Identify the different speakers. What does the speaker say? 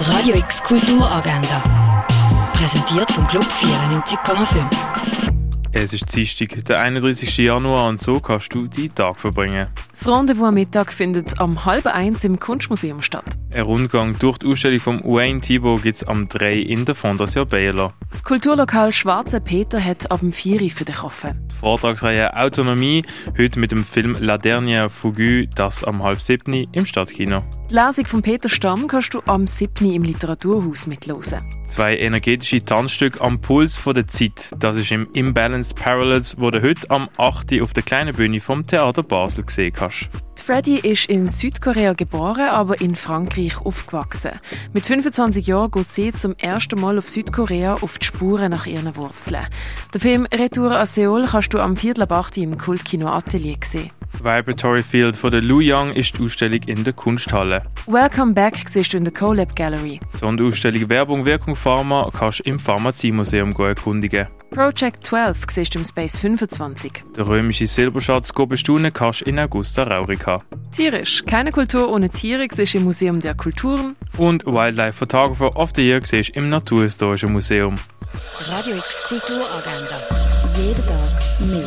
Speaker 1: Radio X Kulturagenda. Präsentiert vom Club 94,5.
Speaker 2: Es ist Dienstag, der 31. Januar und so kannst du deinen Tag verbringen.
Speaker 3: Das Rendezvous am Mittag findet am halb eins im Kunstmuseum statt.
Speaker 2: Ein Rundgang durch die Ausstellung von Wayne Thibault gibt es am 3 in der Fondation Baylor.
Speaker 3: Das Kulturlokal Schwarzer Peter hat ab dem 4 Uhr für dich offen.
Speaker 2: Die Vortragsreihe Autonomie, heute mit dem Film La Dernière Fugue, das am halb 7 im Stadtkino.
Speaker 3: Die Lesung von Peter Stamm kannst du am 7. im Literaturhaus mitlosen.
Speaker 2: Zwei energetische Tanzstücke am Puls von der Zeit. Das ist im Imbalanced Parallels, wo du heute am 8. auf der kleinen Bühne vom Theater Basel gesehen kannst.
Speaker 3: Freddy ist in Südkorea geboren, aber in Frankreich aufgewachsen. Mit 25 Jahren geht sie zum ersten Mal auf Südkorea auf die Spuren nach ihren Wurzeln. Den Film Retour à Seoul kannst du am 4.8. im Kultkino Atelier sehen.
Speaker 2: Vibratory Field von der Lu Yang ist die Ausstellung in der Kunsthalle.
Speaker 3: Welcome Back siehst du in der CoLab Gallery.
Speaker 2: Die Sonderausstellung Werbung Wirkung Pharma kannst du im Pharmaziemuseum erkundigen.
Speaker 3: Project 12 siehst du im Space 25.
Speaker 2: Der römische Silberschatz go bestaunen kannst du in Augusta Raurica.
Speaker 3: Tierisch. Keine Kultur ohne Tiere siehst du im Museum der Kulturen.
Speaker 2: Und Wildlife Photographer of the Year siehst du im Naturhistorischen Museum.
Speaker 1: Radio X Kulturagenda. Jeden Tag mehr.